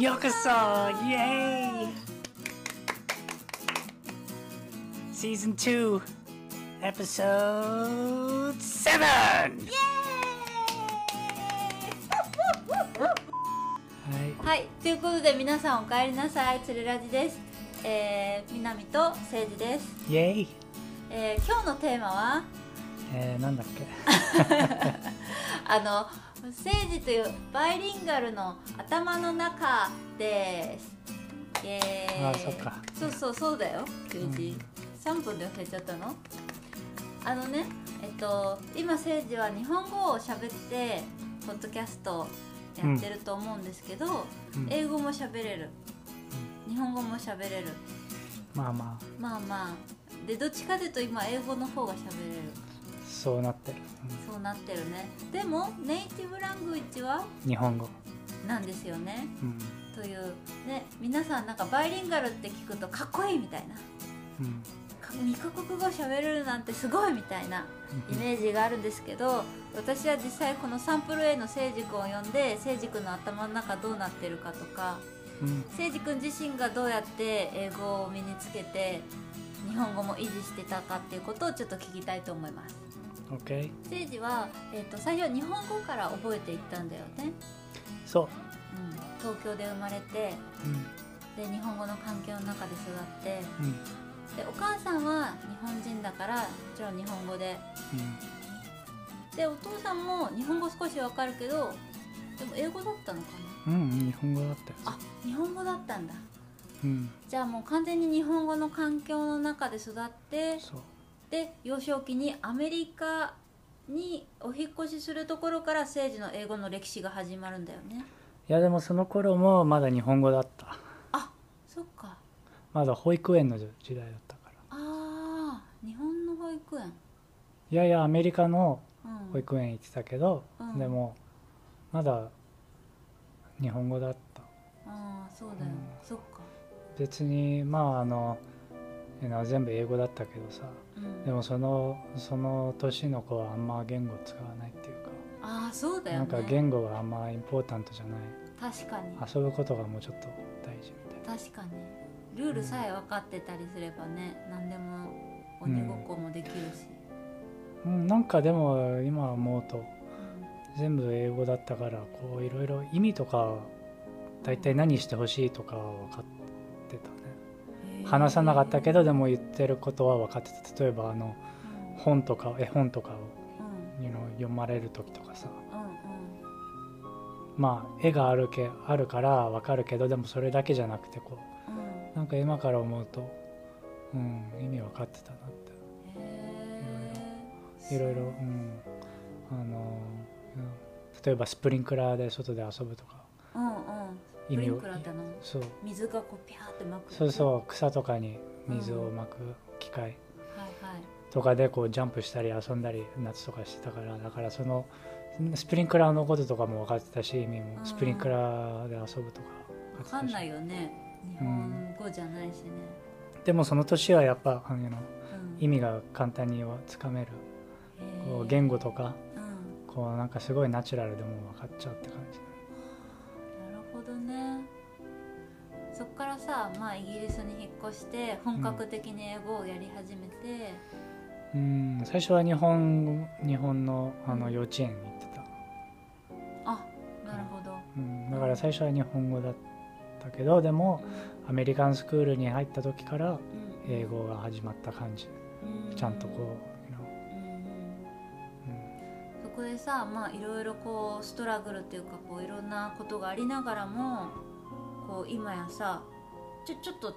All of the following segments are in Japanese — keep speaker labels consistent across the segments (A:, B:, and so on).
A: ようこそイエーイ Season 2 Episode 7! はい、
B: はい、ということで皆さんお帰りなさい、つれラジです。えー、みなみとせいじです。
A: イエーイ
B: えー、今日のテーマは、
A: えー、なんだっけ
B: あの、せいじというバイリンガルの頭の中です。イエーイ。
A: あーそっか
B: そうそうそうだよ、せいじ。3分で忘れちゃったのあのね、えっと、今せいじは日本語を喋って、ポッドキャストやってると思うんですけど、
A: うん
B: 英語も喋れる。日本語も喋れる。
A: まあまあ
B: まあまあでどっちかというと今英語の方が喋れる
A: そうなってる、
B: そうなってるねでもネイティブラングイッジは
A: うん日本語、
B: なんですよね
A: うん
B: というね皆さんなんかバイリンガルって聞くとかっこいいみたいな
A: うん
B: か2カ国語喋れるなんてすごいみたいな
A: う
B: イ
A: ん
B: メージがあるんですけど私は実際このサンプル A の聖司君を呼んで聖司君の頭の中どうなってるかとか
A: うん
B: 聖司君自身がどうやって英語を身につけて日本語も維持してたかっていうことをちょっと聞きたいと思います。
A: OK
B: セージは、えー、と最初は日本語から覚えていったんだよね、
A: そう、
B: うん、東京で生まれてで日本語の環境の中で育って
A: うんうん
B: でお母さんは日本人だからもちろん日本語ででお父さんも日本語少しわかるけどでも英語だったのかな
A: うん、うん、日本語だったよ
B: あ日本語だったんだ
A: うん
B: じゃあもう完全に日本語の環境の中で育って
A: そう
B: で幼少期にアメリカにお引っ越しするところから政治の英語の歴史が始まるんだよね
A: いやでもその頃もまだ日本語だった
B: あそっか
A: まだ保育園の時代だったから
B: あー日本の保育園
A: いやいやアメリカの
B: うん
A: 保育園行ってたけど、
B: うん
A: でもまだ日本語だった
B: ああそうだよ、
A: うん
B: そっか
A: 別にまああのえな全部英語だったけどさ
B: うん
A: でもそのその年の子はあんま言語使わないっていうか、
B: ああそうだよ
A: な
B: ね
A: んか言語があんまインポータントじゃない
B: 確かに
A: 遊ぶことがもうちょっと大事みたいな
B: 確かにルールさえ分かってたりすればね何でも鬼ごっこもできるし、
A: うん、なんかでも今思うと
B: うん
A: 全部英語だったからこういろいろ意味とか大体何してほしいとかは分かってたね
B: へー
A: 話さなかったけどでも言ってることは分かってた例えばあの本とか絵本とかを
B: うんうん
A: あの読まれる時とかさ
B: うん
A: まあ絵があるけあるから分かるけどでもそれだけじゃなくてこ
B: うんうん
A: うなんか今から思うと、うん、意味分かってたなっ
B: へ
A: て
B: ー
A: いろいろ、うんあのうん例えばスプリンクラーで外で遊ぶとか
B: うんうん
A: 意
B: プリ
A: 味
B: ン
A: を
B: クラーってあの
A: そう
B: 水がこうピャーってまく
A: そう
B: う
A: そう草とかに水をまく機械
B: はいはい
A: とかでこうジャンプしたり遊んだり夏とかしてたからだからそのスプリンクラーのこととかも分かってたし意味
B: う
A: も
B: ん
A: スプリンクラーで遊ぶとか分
B: 分
A: ってたし
B: かんないよね日本語じゃないしね、
A: でもその年はやっぱあの
B: うん
A: 意味が簡単にはつかめるこ
B: へ
A: う
B: ー
A: 言語とか
B: うん
A: こうなんかすごいナチュラルでもう分かっちゃうって感じ
B: なるほどねそっからさ、まあ、イギリスに引っ越して本格的に英語をやり始めて、
A: うん最初は日本日本のあ
B: う
A: の
B: ん
A: 幼稚園に行ってた、
B: あなるほど、
A: うん、だから最初は日本語だったけどでもアメリカンスクールに入った時から
B: うん
A: 英語が始まった感じ
B: うん
A: ちゃんとこう、
B: うん
A: うん
B: そこでさまあいろいろこうストラグルっていうかこういろんなことがありながらもこう今やさちょちょっと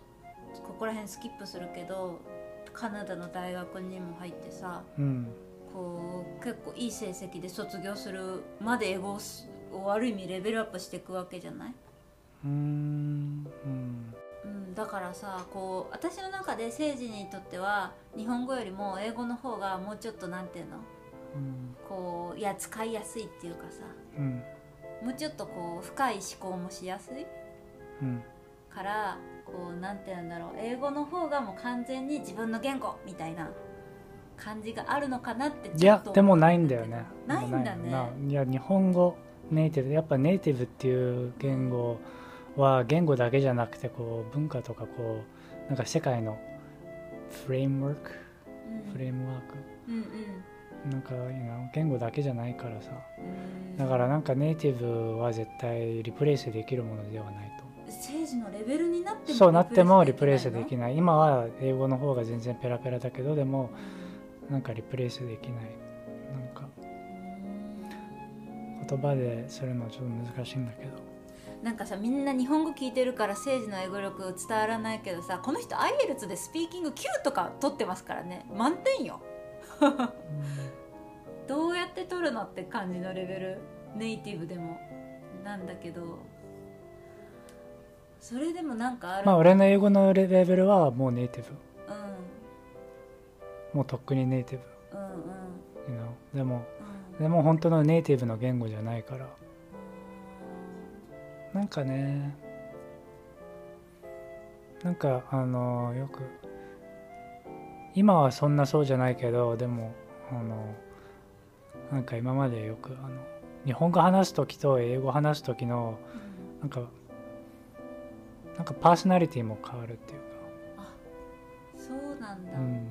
B: ここら辺スキップするけどカナダの大学にも入ってさ
A: うん
B: こう結構いい成績で卒業するまで英語をすをある意味レベルアップしていくわけじゃない、
A: うーんうん
B: うん、だからさこう私の中で政治にとっては日本語よりも英語の方がもうちょっとなんていうの
A: うん
B: こういや使いやすいっていうかさ
A: うん
B: もうちょっとこう深い思考もしやすい
A: うん
B: からこうなんて言うんだろう英語の方がもう完全に自分の言語みたいな感じがあるのかなってちょっと
A: いやでもないんだよね
B: ないんだね
A: いや日本語ネイティブやっぱネイティブっていう言語をは言語だけじゃなくてこう文化とかこうなんか世界のフレームワーク
B: うん
A: フレームワー
B: うん
A: クなんかいいな言語だけじゃないからさ
B: うん
A: だからなんかネイティブは絶対リプレイスできるものではないと
B: 政治のレベルになっても
A: そうなってもリプレイスで
B: ない
A: きない今は英語の方が全然ペラペラだけどでもなんかリプレイスできないなんか言葉でするのはちょっと難しいんだけど
B: なんかさみんな日本語聞いてるから政治の英語力伝わらないけどさこの人 IELTS でスピーキング9とか取ってますからね満点よどうやって取るのって感じのレベルネイティブでもなんだけどそれでもなんかある、
A: まあ俺の英語のレベルはもうネイティブもうとっくにネイティブ
B: うんうんうん
A: you know でも
B: うん
A: でも本当のネイティブの言語じゃないからなんかねなんかあのよく今はそんなそうじゃないけどでもあのなんか今までよくあの日本語話す時と英語話す時の
B: うん
A: なんかなんかパーソナリティも変わるっていうか
B: そうなんだ、
A: うん、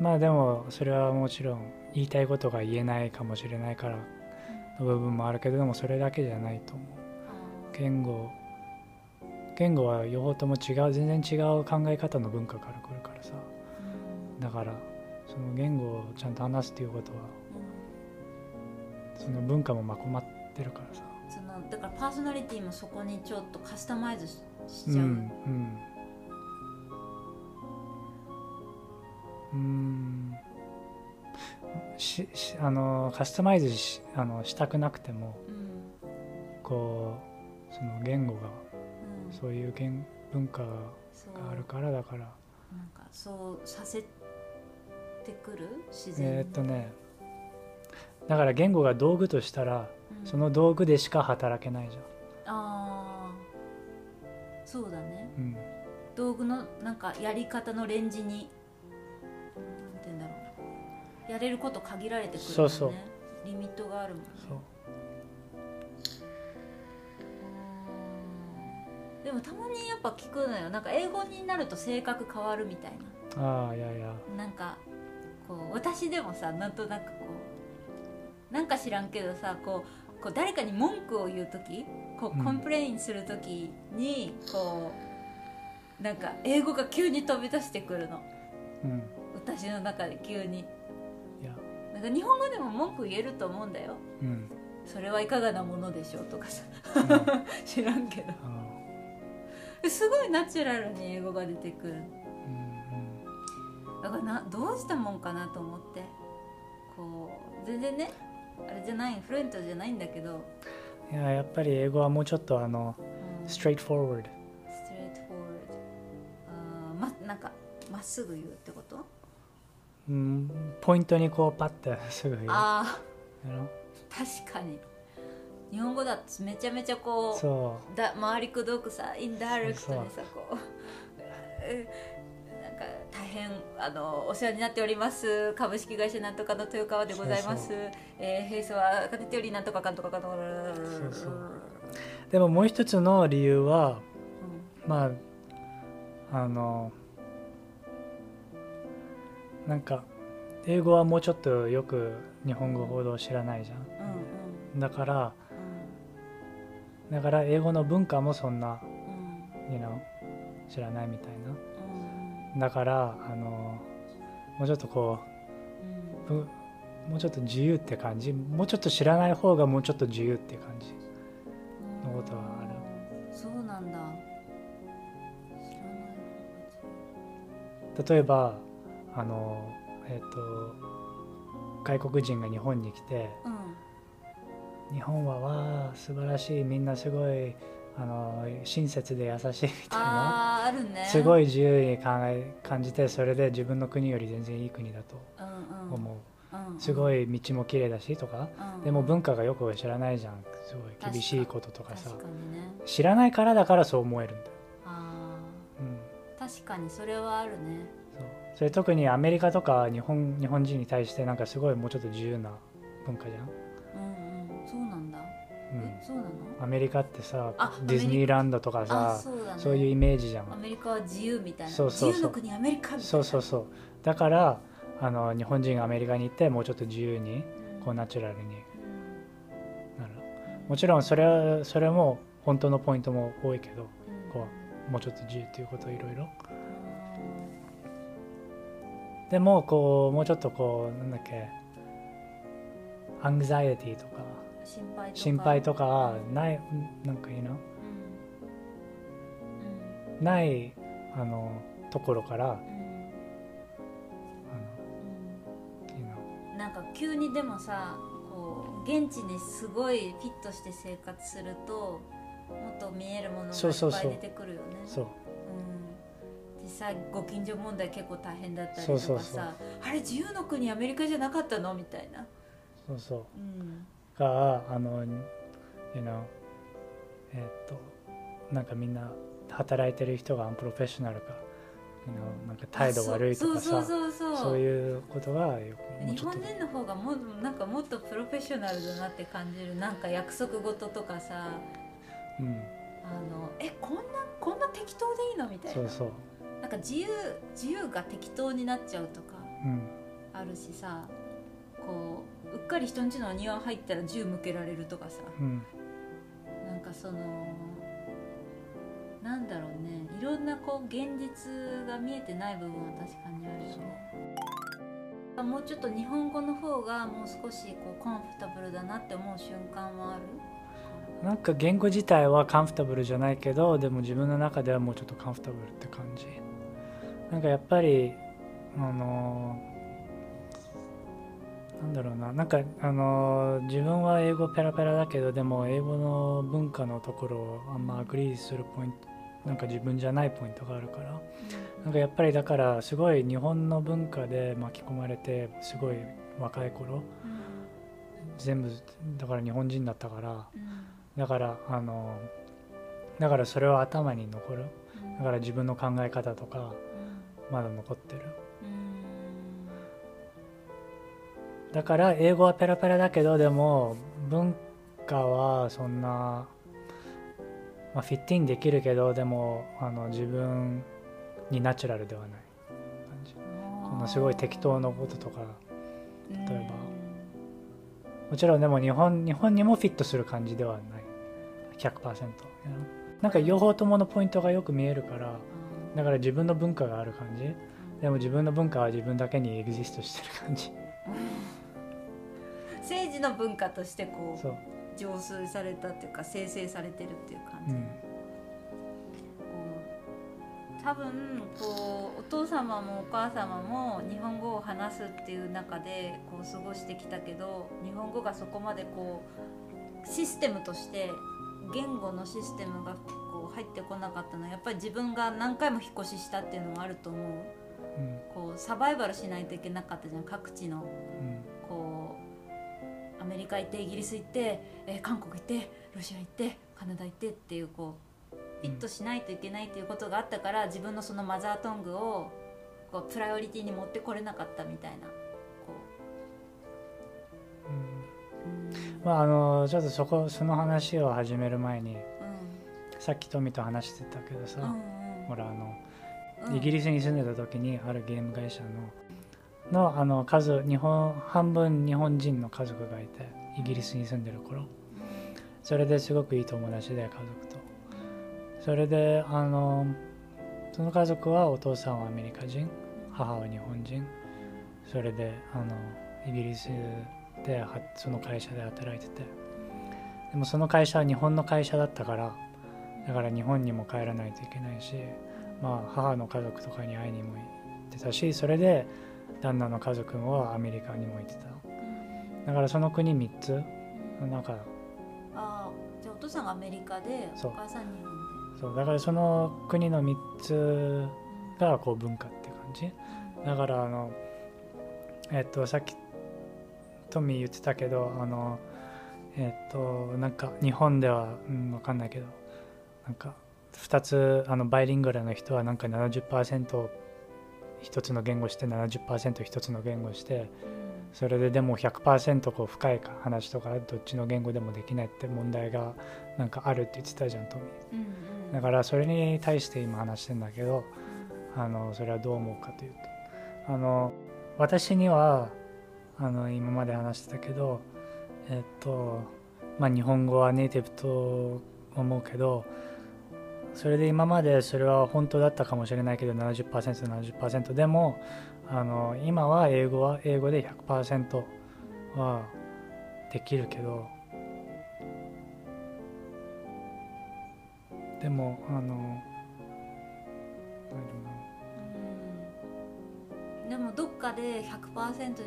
A: まあでもそれはもちろん言いたいことが言えないかもしれないからの部分もあるけどでもそれだけじゃないと思う
B: あ
A: 言語言語は両方とも違う全然違う考え方の文化から来るから
B: ー
A: さ
B: うん
A: だからその言語をちゃんと話すっていうことはその文化もまこまってるからさ
B: そのだからパーソナリティもそこにちょっとカスタマイズしし
A: うん
B: ちゃう、
A: うんうんししあのカスタマイズしあのしたくなくても
B: うん
A: こうその言語が
B: うん
A: そういう言文化
B: そう
A: があるからだから
B: なんかそうさせてくる自然に
A: えーっとねだから言語が道具としたら
B: うん
A: その道具でしか働けないじ
B: あーそうだね
A: ゃん、うん、
B: 道具のなんかやり方のレンジになんて言うんだろうやれること限られてくるもんね
A: そうそう
B: リミットがあるもんね
A: そう
B: うんでもたまにやっぱ聞くのよなんか英語になると性格変わるみたいな
A: ああいやいや
B: なんかこう私でもさなんとなくこうなんか知らんけどさこうこう誰かに文句を言う時こ
A: う
B: うんコンプレインする時にこうなんか英語が急に飛び出してくるの
A: うん
B: 私の中で急に
A: いや
B: なんか日本語でも文句言えると思うんだよ
A: うん、
B: それはいかがなものでしょうとかさ
A: うんあ
B: 知らんけど
A: の
B: すごいナチュラルに英語が出てくる
A: うん
B: だからなどうしたもんかなと思ってこう全然ねあれじゃないフルエントじゃないんだけど、
A: うんいややっぱり英語はもうちょっとあの
B: うん、
A: ストレートフォーワー
B: ス
A: ド
B: トレートフォーワードあーまなんかまっすぐ言うってこと
A: うん、ポイントにこうパッてすぐ言う
B: あ
A: やろ
B: ー確かに日本語だとめちゃめちゃこう
A: そ
B: だ回りくどくさインダイレクトにさこうなんか大変あのお世話になっております株式会社なんとかの豊川でございます
A: そう
B: えー弊社は若手よりなんとかかんとかかんとか
A: そうそううでももう一つの理由はまああのなんか英語はもうちょっとよく日本語ほど知らないじゃん
B: うんうん
A: だから
B: う
A: だから英語の文化もそんな、
B: んうんうん
A: you know 知らないみたい
B: うん
A: なだからあのもうちょっとこうぶもうちょっと自由って感じもうちょっと知らない方がもうちょっと自由って感じ
B: う
A: の
B: ん
A: ことはある
B: そうなんだ
A: 例えばあのえっ、と外国人が日本に来て
B: 知らない
A: 日本はわあ素晴らしいみんなすごいあの親切で優しいみたいな
B: ああーあるね
A: すご
B: い
A: い自由に考え感じてそれで自分の国より全然いい国だと思うす
B: い
A: ごい道も綺麗だしとかでも文化がよく知らないじゃんすごい厳しいこととかさ
B: 確かにね
A: 知らないからだからそう思えるんだよ、
B: あ
A: うん、
B: ー確かにそれはあるね
A: そうそれ特にアメリカとか日本日本人に対してなんかすごいもうちょっと自由な文化じゃん
B: うんうんそうなんだ、
A: うん
B: そうなの
A: アメリカってさ
B: あ
A: ディズニーランドとか
B: あ
A: さそ
B: そうだ
A: う
B: ね
A: いうイメージじゃ
B: ア
A: ん
B: メリカは自由みたいな
A: そうそうそう
B: 自由の国アメリカみたいな
A: そうそうそうだからあの日本人がアメリカに行ってもうちょっと自由に
B: うん
A: こうナチュラルに
B: うん
A: なるもちろんそれはそれも本当のポイントも多いけど
B: うん
A: こもうちょっと自由っていうことをいろいろでもこうもうちょっとこうなんだっけアングザイエティとか
B: 心配とか
A: 心配とかないなんかいいな
B: うん
A: ないあのところから
B: うんうん
A: あ
B: うん
A: のいいな
B: なんか急にでもさこう現地にすごいフィットして生活するともっと見えるものがい
A: そうそう
B: っぱ
A: そう
B: い出てくるよね
A: そう
B: うん、実際ご近所問題結構大変だったりと
A: そ
B: か
A: う
B: さ
A: そうそう
B: あれ自由の国アメリカじゃなかったのみたいな、
A: そうそう
B: うん、
A: があの you know えっとなんかみんな働いてる人がアンプロフェッショナルか you know なんか態度悪いとか
B: あ
A: さ
B: そうそうそうそう
A: そういうことがよくもう
B: 日
A: ちょっと
B: 本人の方がもうなんかもっとプロフェッショナルだなって感じるなんか約束事とかさ
A: うん
B: あのえこんなこんな適当でいいのみたいな
A: そうそう
B: なんか自由自由が適当になっちゃうとか
A: うん
B: あるしさこううっかり人んちのお庭入ったら銃向けられるとかさ
A: うん
B: なんかそのなんだろうねいろんなこう現実が見えてない部分は確かにあるよねもうちょっと日本語の方がもう少しこうコンフォタブルだなって思う瞬間はある
A: なんか言語自体はカンフタブルじゃないけどでも自分の中ではもうちょっとカンフタブルって感じなんかやっぱりあのーなんだろうななんかあのー自分は英語ペラペラだけどでも英語の文化のところをあんまアグリーするポイントなんか自分じゃないポイントがあるからなんかやっぱりだからすごい日本の文化で巻き込まれてすごい若い頃全部だから日本人だったから
B: うん
A: だからあのだからそれは頭に残る
B: うん
A: だから自分の考え方とかまだ残ってる
B: うん
A: だから英語はペラペラだけどでも文化はそんな、まあ、フィッティンできるけどでもあの自分にナチュラルではない感じこのすごい適当なこととか
B: 例
A: えばもちろんでも日本日本にもフィットする感じではない100%なんか両方とものポイントがよく見えるからだから自分の文化がある感じでも自分の文化は自分だけにエグジストしてる感じ
B: 政治の文化としてこ
A: そう、
B: う上水されたっていうか生成されてるっていう感
A: う
B: じ、
A: ん、
B: こう多分こうお父様もお母様も日本語を話すっていう中でこう過ごしてきたけど日本語がそこまでこうシステムとして言語のシステムがこう入ってこなかったのはやっぱり自分が何回も引っ越ししたっていうのもあると思う
A: うん
B: こうサバイバルしないといけなかったじゃん各地の
A: うん
B: こうアメリカ行ってイギリス行って、えー韓国行ってロシア行ってカナダ行ってっていうこうフィットしないといけないっていうことがあったから、自分のそのマザートングをこうプライオリティに持ってこれなかったみたいなこうう
A: うん
B: ん
A: まああのちょっとそこその話を始める前に
B: う
A: さっきトミと話してたけどさ、
B: ん
A: ほらあの、
B: うんうん
A: イギリスに住んでた時にあるゲーム会社ののあの家族日本半分日本人の家族がいてイギリスに住んでる頃それですごくいい友達で家族とそれであのその家族はお父さんはアメリカ人母は日本人それであのイギリスではその会社で働いててでもその会社は日本の会社だったからだから日本にも帰らないといけないし、まあ、母の家族とかに会いにも行ってたしそれで旦那の家族はアメリカにも行ってた
B: うん
A: だからその国3つ
B: うん
A: なんか
B: あーじゃあお父さんがアメリカで
A: そ
B: お
A: う
B: 母さん日本
A: そうだからその国の3つ
B: で
A: がこう文化って感じだからあのえっとさっきトミー言ってたけどあのえっとなんか日本では、うん、わかんないけどなんか2つあのバイリンガルの人はなんか70%一つの言語して70%一つの言語して
B: うん
A: それででも100%こう深いか話とかどっちの言語でもできないって問題がなんかあるって言ってたじゃんトミー
B: うんうん
A: だからそれに対して今話してんだけどあのそれはどう思うかというとあの私にはあの今まで話してたけどえっとまあ日本語はネイティブと思うけどそれで今までそれは本当だったかもしれないけど 70%70% でもあの今は英語は英語で100%はできるけどでもあのなんだろ
B: う
A: うな
B: んでもどっかで100%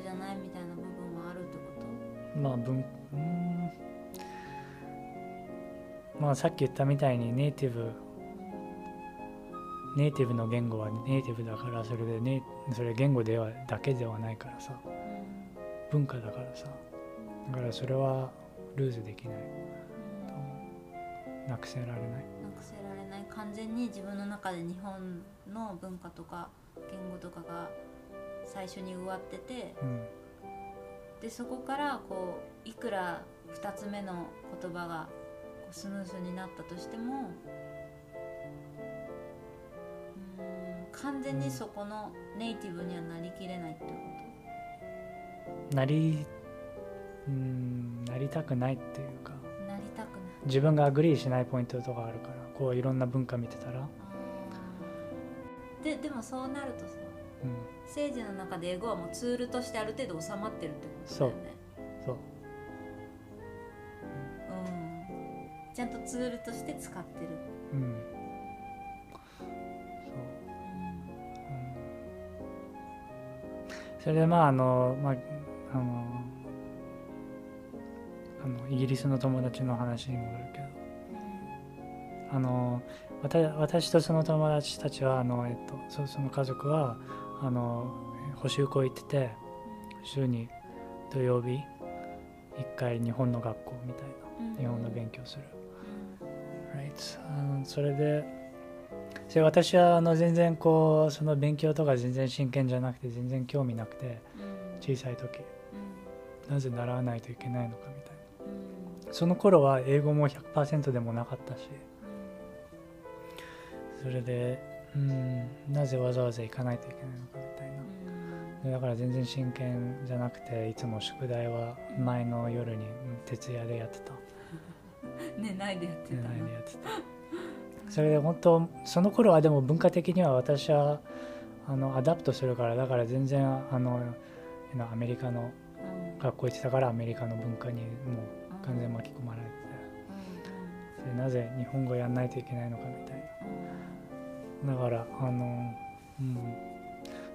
B: じゃないみたいな部分はあるってこと
A: まあ文うーんまあさっき言ったみたいにネイティブネイティブの言語はネイティブだからそれでねそれ言語ではだけではないからさ
B: うん
A: 文化だからさだからそれはルーズできないなくせられない
B: なくせられない完全に自分の中で日本の文化とか言語とかが最初に植わってて
A: うん
B: でそこからこういくら2つ目の言葉がこうスムースになったとしてもうん完全にそこのネイティブにはなりきれないってこと
A: なりうんなりたくないっていうか
B: なりたくない
A: 自分がアグリーしないポイントとかあるからこういろんな文化見てたら、
B: あーででもそうなるとさ
A: うん、
B: 政治の中で英語はもうツールとしてある程度収まってるってことだよね
A: そう
B: うんちゃんとツールとして使ってる、
A: うんそう
B: う
A: それでまああの,、まあ、あのあのイギリスの友達の話に戻るけどあのわた私とその友達たちはあの、えっと、そその家族はあの補修校行ってて週に土曜日一回日本の学校みたい
B: ん
A: な日本の勉強する。
B: う
A: Right. あのそれでそれ私はあの全然こうその勉強とか全然真剣じゃなくて全然興味なくて
B: んうん
A: 小さい時なぜ習わないといけないのかみたい
B: うん
A: なその頃は英語も100%でもなかったしそれでうんなぜわざわざ行かないといけないのかみたいな
B: うん
A: でだから全然真剣じゃなくていつも宿題は前の夜にうん徹夜でやってた
B: うん寝ないでやって
A: 寝
B: た
A: ない
B: な
A: でやってたそれで本当その頃はでも文化的には私はあのアダプトするからだから全然あのあのアメリカの
B: うん
A: 学校行ってたからアメリカの文化に
B: うん
A: もう完全に巻き込まれて
B: うん
A: てそれなぜ日本語やんないといけないのかみたいなだからあのうん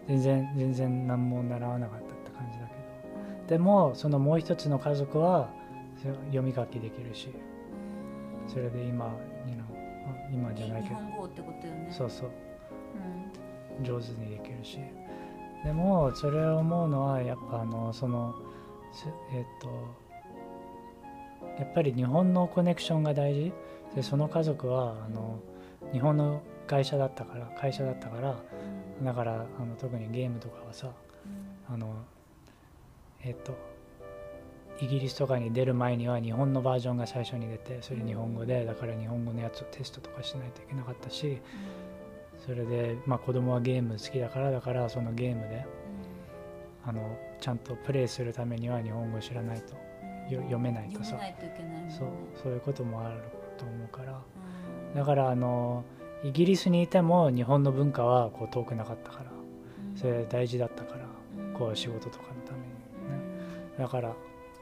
A: 全然全然何も習わなかったって感じだけど
B: うん
A: でもそのもう一つの家族はそ読み書きできるし
B: うん
A: それで今にのあ今じゃないけ
B: 日
A: ど
B: 本語ってことよね
A: そうそう
B: うん
A: 上手にできるしでもそれを思うのはやっぱあのそのすえっ、とやっぱり日本のコネクションが大事でその家族はあの日本の会社だったから会社だったから
B: うん
A: だからあの特にゲームとかはさあのえっ、とイギリスとかに出る前には日本のバージョンが最初に出てそれ日本語でだから日本語のやつをテストとかしないといけなかったしそれで、まあ、子供はゲーム好きだからだからそのゲームであのちゃんとプレイするためには日本語を知らないと
B: うん
A: よ読めない
B: 読
A: とさ
B: めないといけないもんね
A: そうそういうこともあると思うから
B: うん
A: だからあのイギリスにいても日本の文化はこう遠くなかったから
B: うん
A: それ大事だったから
B: うん
A: こう仕事とかのために
B: うん
A: ねだから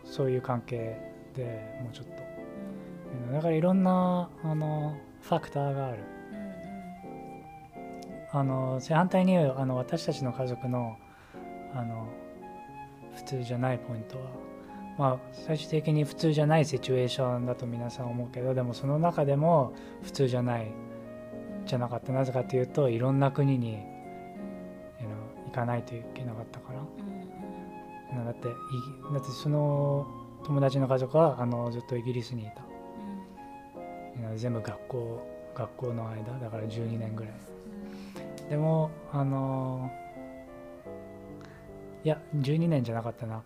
A: そういう関係でもうちょっとだからいろんなあのファクターがある
B: うんうん
A: あの正反対にあの私たちの家族のあの普通じゃないポイントは、まあ、最終的に普通じゃないシチュエーションだと皆さん思うけどでもその中でも普通じゃないじゃなかったなぜかというといろんな国にあの行かないといけなかったからなだっていだってその友達の家族はあのずっとイギリスにいたあの全部学校学校の間だから12年ぐらい。でもあのーいや12年じゃなかったな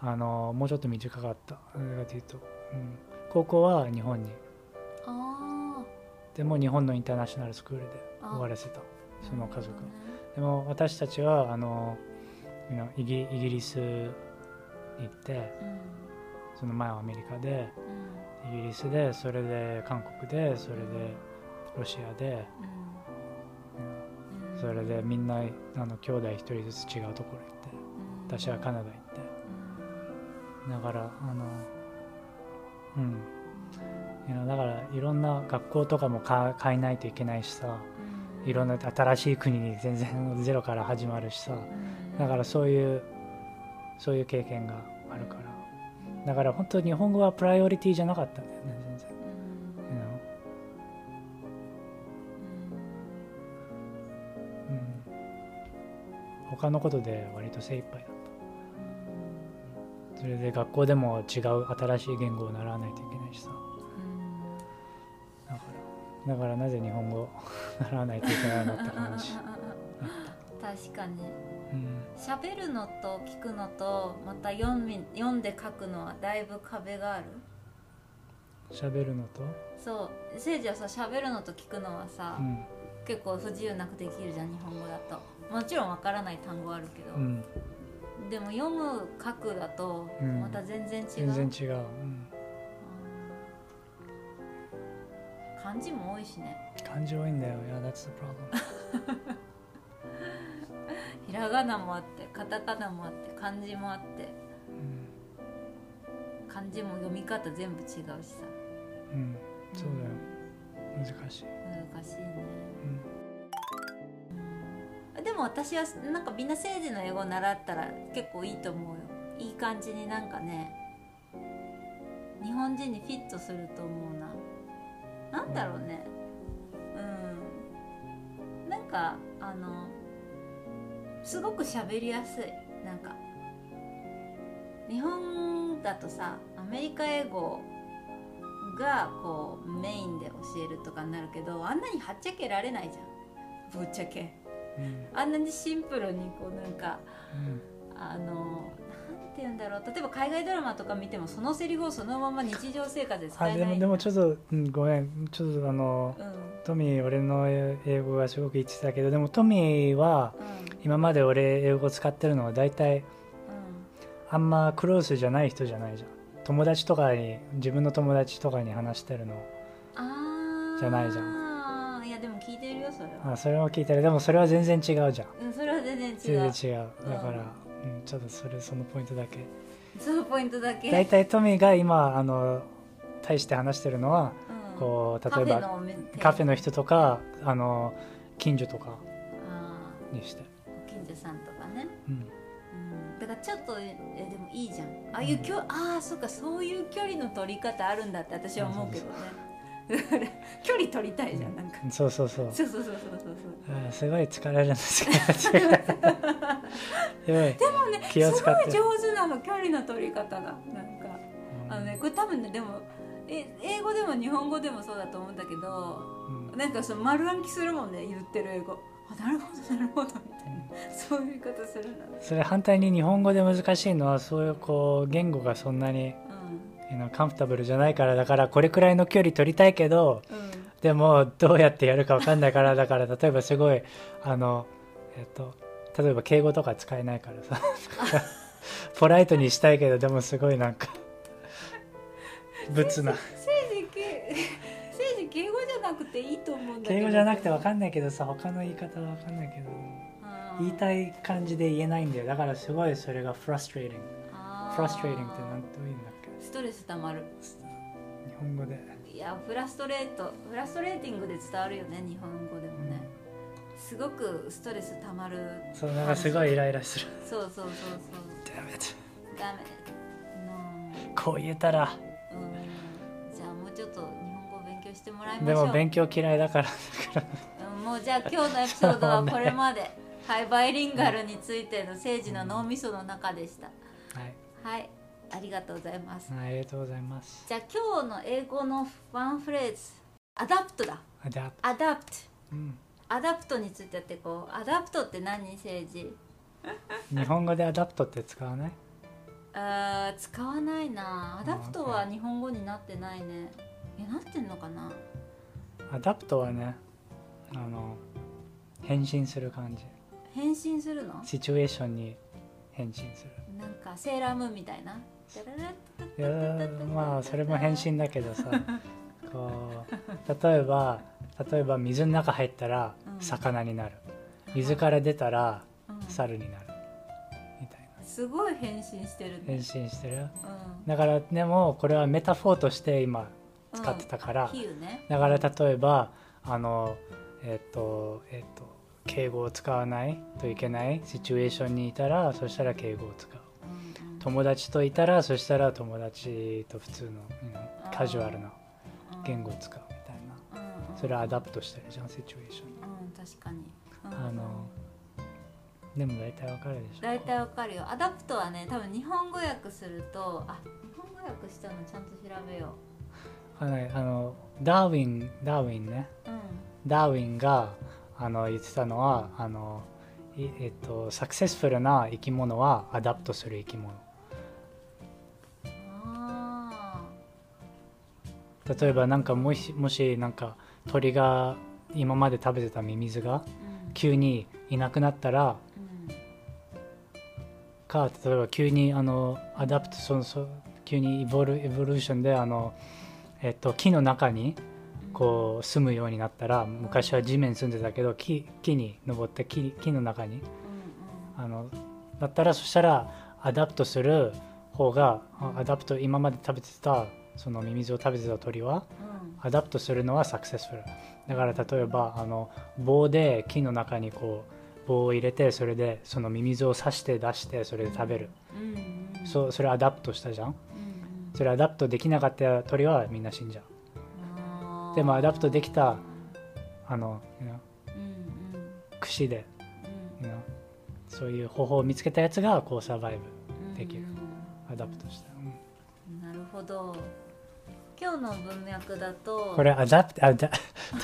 A: あのもうちょっと短かったどれかというと、うん、高校は日本に
B: あ
A: でも日本のインターナショナルスクールで
B: あ
A: 終わらせた
B: ー
A: その家族
B: なるほどね
A: でも私たちはあのあのイギイギリスに行ってその前はアメリカで
B: うんうん
A: イギリスでそれで韓国でそれでロシアで、
B: うんうん
A: それでみんなあの兄弟一人ずつ違うところ
B: うん
A: 行って私はカナダ行っ
B: うん
A: てだからあのうんいやだからいろんな学校とかもか変えないといけないしさ
B: うん
A: いろんな新しい国に全然ゼロから始まるしさ
B: うん
A: だからそういうそういう経験があるからだから本当日本語はプライオリティじゃなかったんだよね全然
B: うん
A: You know うん他のことで割と精一杯だったそれで学校でも違う新しい言語を習わないといけないしさ
B: うん
A: だからだからなぜ日本語を 習わないといけないのって話、
B: 確かに
A: うん、
B: 喋るのと聞くのとまた読み読んで書くのはだいぶ壁がある
A: 喋るのと、
B: そうせいじはさ喋るのと聞くのはさ、
A: うん
B: 結構不自由なくできるじゃん日本語だともちろんわからない単語あるけど、
A: うん、
B: でも読む書くだと
A: うん
B: また全然違う、
A: 全然違う、うん、
B: うん漢字も多いしね
A: 感情多いんだよ Yeah that's the problem
B: ひらがなもあってカタカナもあって漢字もあって
A: うん、
B: 漢字も読み方全部違うしさ
A: うん、そうだよ難しい、
B: 難しいね
A: うん、
B: でも私はなんかみんな政治の英語を習ったら結構いいと思うよいい感じになんかね日本人にフィットすると思うななんだろうねうんなんかあのすごく喋りやすいなんか日本だとさアメリカ英語がこうメインで教えるとかになるけどあんなにはっちゃけられないじゃんぶっちゃけ。
A: うん
B: あんなにシンプルにこうなんか
A: うん
B: あのなんて言うんだろう例えば海外ドラマとか見てもそのセリフをそのまま日常生活で使
A: あ
B: え
A: で
B: な
A: も
B: い
A: でもちょっと、うん、ごめんちょっとあの
B: うんうん
A: トミー俺の英語がすごく一致だけどでもトミーは今まで俺英語使ってるのは大体あんまクロースじゃない人じゃないじゃん友達とかに自分の友達とかに話してるの
B: うんあー
A: じゃないじ
B: ゃんいやでも聞いてるよそれは
A: あそれを聞いたらでもそれは全然違うじゃん
B: うんそれは全然違
A: 全
B: う
A: 然違うだから、うん、ちょっとそれそのポイントだけ
B: そのポイントだけ
A: 大体トミーが今あの対して話してるのは
B: うん
A: こう
B: カ
A: 例え
B: フェ
A: ば
B: のお店
A: カフェの人とかあの近所とか
B: あ
A: にして、
B: ーご近所さんとかね
A: うん、
B: うんだからちょっとえでもいいじゃんああいう距、ああそっかそういう距離の取り方あるんだって私は思うけどね 距離取りたいじゃんなんか
A: そうそうそう
B: そうそうそうそうそうそう
A: あーすごい疲れるんです けど
B: でも
A: すごい
B: ね
A: 気を
B: す
A: 使
B: ご
A: っ
B: い
A: て
B: 上手なの距離の取り方がなんか
A: うん
B: あのねこれ多分ねでもえ英語でも日本語でもそうだと思うんだけど
A: うん
B: なんかその丸暗記するもんね言ってる英語あなるほどなるほどみたいなそういう言い方するんだね
A: それ反対に日本語で難しいのはそういうこう言語がそんなにあのカンフタブルじゃないからだからこれくらいの距離取りたいけど
B: うんうん
A: でもどうやってやるか分かんないからだから例えばすごいあのえっと例えば敬語とか使えないか らさポライトにしたいけどでもすごいなん か仏な
B: 政治 け政治敬語じゃなくていいと思うんだけど
A: 敬語じゃなくて分かんないけどさ他の言い方は分かんないけど言い
B: い
A: たい感じで言えないんだよだからすごいそれがフラストレーティングフラストレーティングって何て言うんだっけ
B: ストレスたまる
A: 日本語で
B: いやフラストレートフラストレーティングで伝わるよね日本語でもねすごくストレスたまる
A: そうなんかすごいイライラする
B: そうそうそうそう
A: Damn it
B: ダメ
A: こう言えたら
B: うんうんじゃあもうちょっと日本語を勉強してもらいまし
A: で
B: ょう
A: も勉強嫌いだ からだから
B: うんもうじゃあ今日のエピソードはこれま で、はいバイリンガルについての政治の脳みその中でした
A: はい
B: はいありがとうございます
A: はいありがとうございます
B: じゃあ今日の英語のワンフレーズアダプトだ
A: あであ
B: アダプト
A: うん
B: アダプトについてやってこうアダプトって何政治
A: 日本語でアダプトって使わない
B: あー使わないなアダプトは
A: Okay
B: 日本語になってないねいやなってんのかな
A: アダプトはねあの変身する感じ
B: 変身するの
A: シチュエーションに変身する
B: なんかセーラームーンみたいなダララッタッ
A: い
B: タ
A: や
B: ッタッタッタッタッタッ
A: ーまあそれも変身だけ どさこう例えば例えば水の中入ったら
B: うん
A: 魚になる、水から出たら
B: うん
A: 猿になるみたいな
B: すごい変身してるね
A: 変身してる
B: うん
A: だからでもこれはメタフォーとして今使ってたから、
B: 比喩ね
A: だから例えばあのえっ、とえっ、と敬語を使わないといけないシチュエーションにいたらそしたら敬語を使う
B: うんうん
A: 友達といたらそしたら友達と普通の、うんカジュアルな言語を使うみたいな
B: うんうん
A: それはアダプトしてるじゃんシチュエーションに
B: うん確かにうん
A: あのでも大体わかるでしょ
B: 大体わかるよアダプトはね多分日本語訳するとあ日本語訳したのちゃんと調べよ
A: かなりあのダーウィンダーウィンね
B: ううん
A: ダーウィンがあの言ってたのはあのいえっとサクセスフルな生き物はアダプトする生き物
B: あ
A: 例えばなんかもしもしなんか鳥が今まで食べてたミミズが
B: ーうん
A: 急にいなくなったら
B: うん
A: か例えば急にあのアダプトそのそ急にイボルエボリューションであの、えっと、木の中にこう住むようになったら昔は地面に住んでたけど木木に登って木木の中に
B: うんうん
A: あのだったらそしたらアダプトする方があアダプト今まで食べてたそのミミズを食べてた鳥は
B: うん
A: アダプトするのはサクセスフルだから例えばあの棒で木の中にこう棒を入れてそれでそのミミズを刺して出してそれで食べる、
B: うんうん
A: そうそれアダプトしたじゃん
B: うん
A: それアダプトできなかった鳥はみんな死んじゃう
B: うん
A: でもアダプトできたあの you know
B: うんうん
A: 櫛で you know そういう方法を見つけたやつがこうサバイ
B: うん
A: できる
B: うん
A: ブアダプトした、うん
B: なるほど今日の文脈だと
A: これアダプターアダ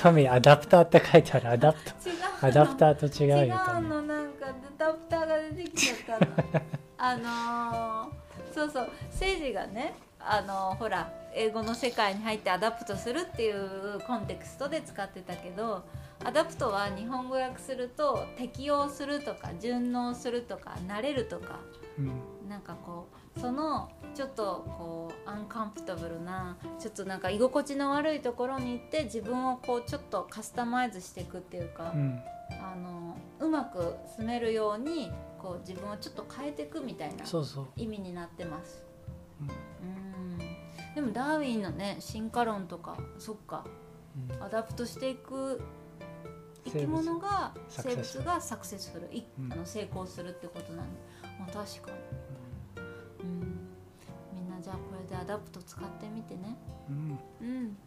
A: トミーアダプターって書いてあるアダプ
B: 違う
A: ターアダプターと違
B: 違
A: うよト
B: う
A: ミー
B: のなんかアダプターが出てきちゃったのあのーそうそうセイジがねあのーほら英語の世界に入ってアダプトするっていうコンテクストで使ってたけどアダプトは日本語訳すると適応するとか順応するとか慣れるとか
A: うん
B: なんかこうそのちょっとこうアンカンフタブルなちょっとなんか居心地の悪いところに行って自分をこうちょっとカスタマイズしていくっていうか、
A: うん
B: あのうまく住めるようにこう自分をちょっと変えていくみたいな
A: そうそう
B: 意味になってます
A: う
B: うん
A: ん
B: でもダーウィンのね進化論とかそっか
A: うん
B: アダプトしていく生
A: 生物
B: き物が
A: サク
B: 生
A: セス
B: 物がサクセスフルい
A: うん
B: あの成功するってことなんで、まあ、確かに、うん、みんなじゃあこれでアダプト使ってみてね
A: うん
B: うん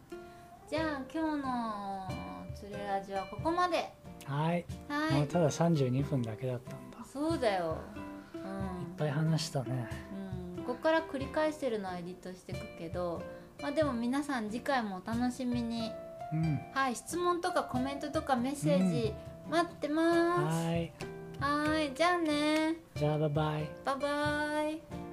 B: じゃあ今日の「つれラジ」はここまで
A: はい、
B: はい
A: もうただ32分だけだったんだいっ
B: そうだよ、うん
A: ぱい話したね
B: うん、ここから繰り返してるのはエディットしていくけど、まあ、でも皆さん次回もお楽しみに
A: うん
B: はい質問とかコメントとかメッセージ待ってます、
A: はい
B: はーいじゃあね
A: じゃあバイバイ
B: バイバイ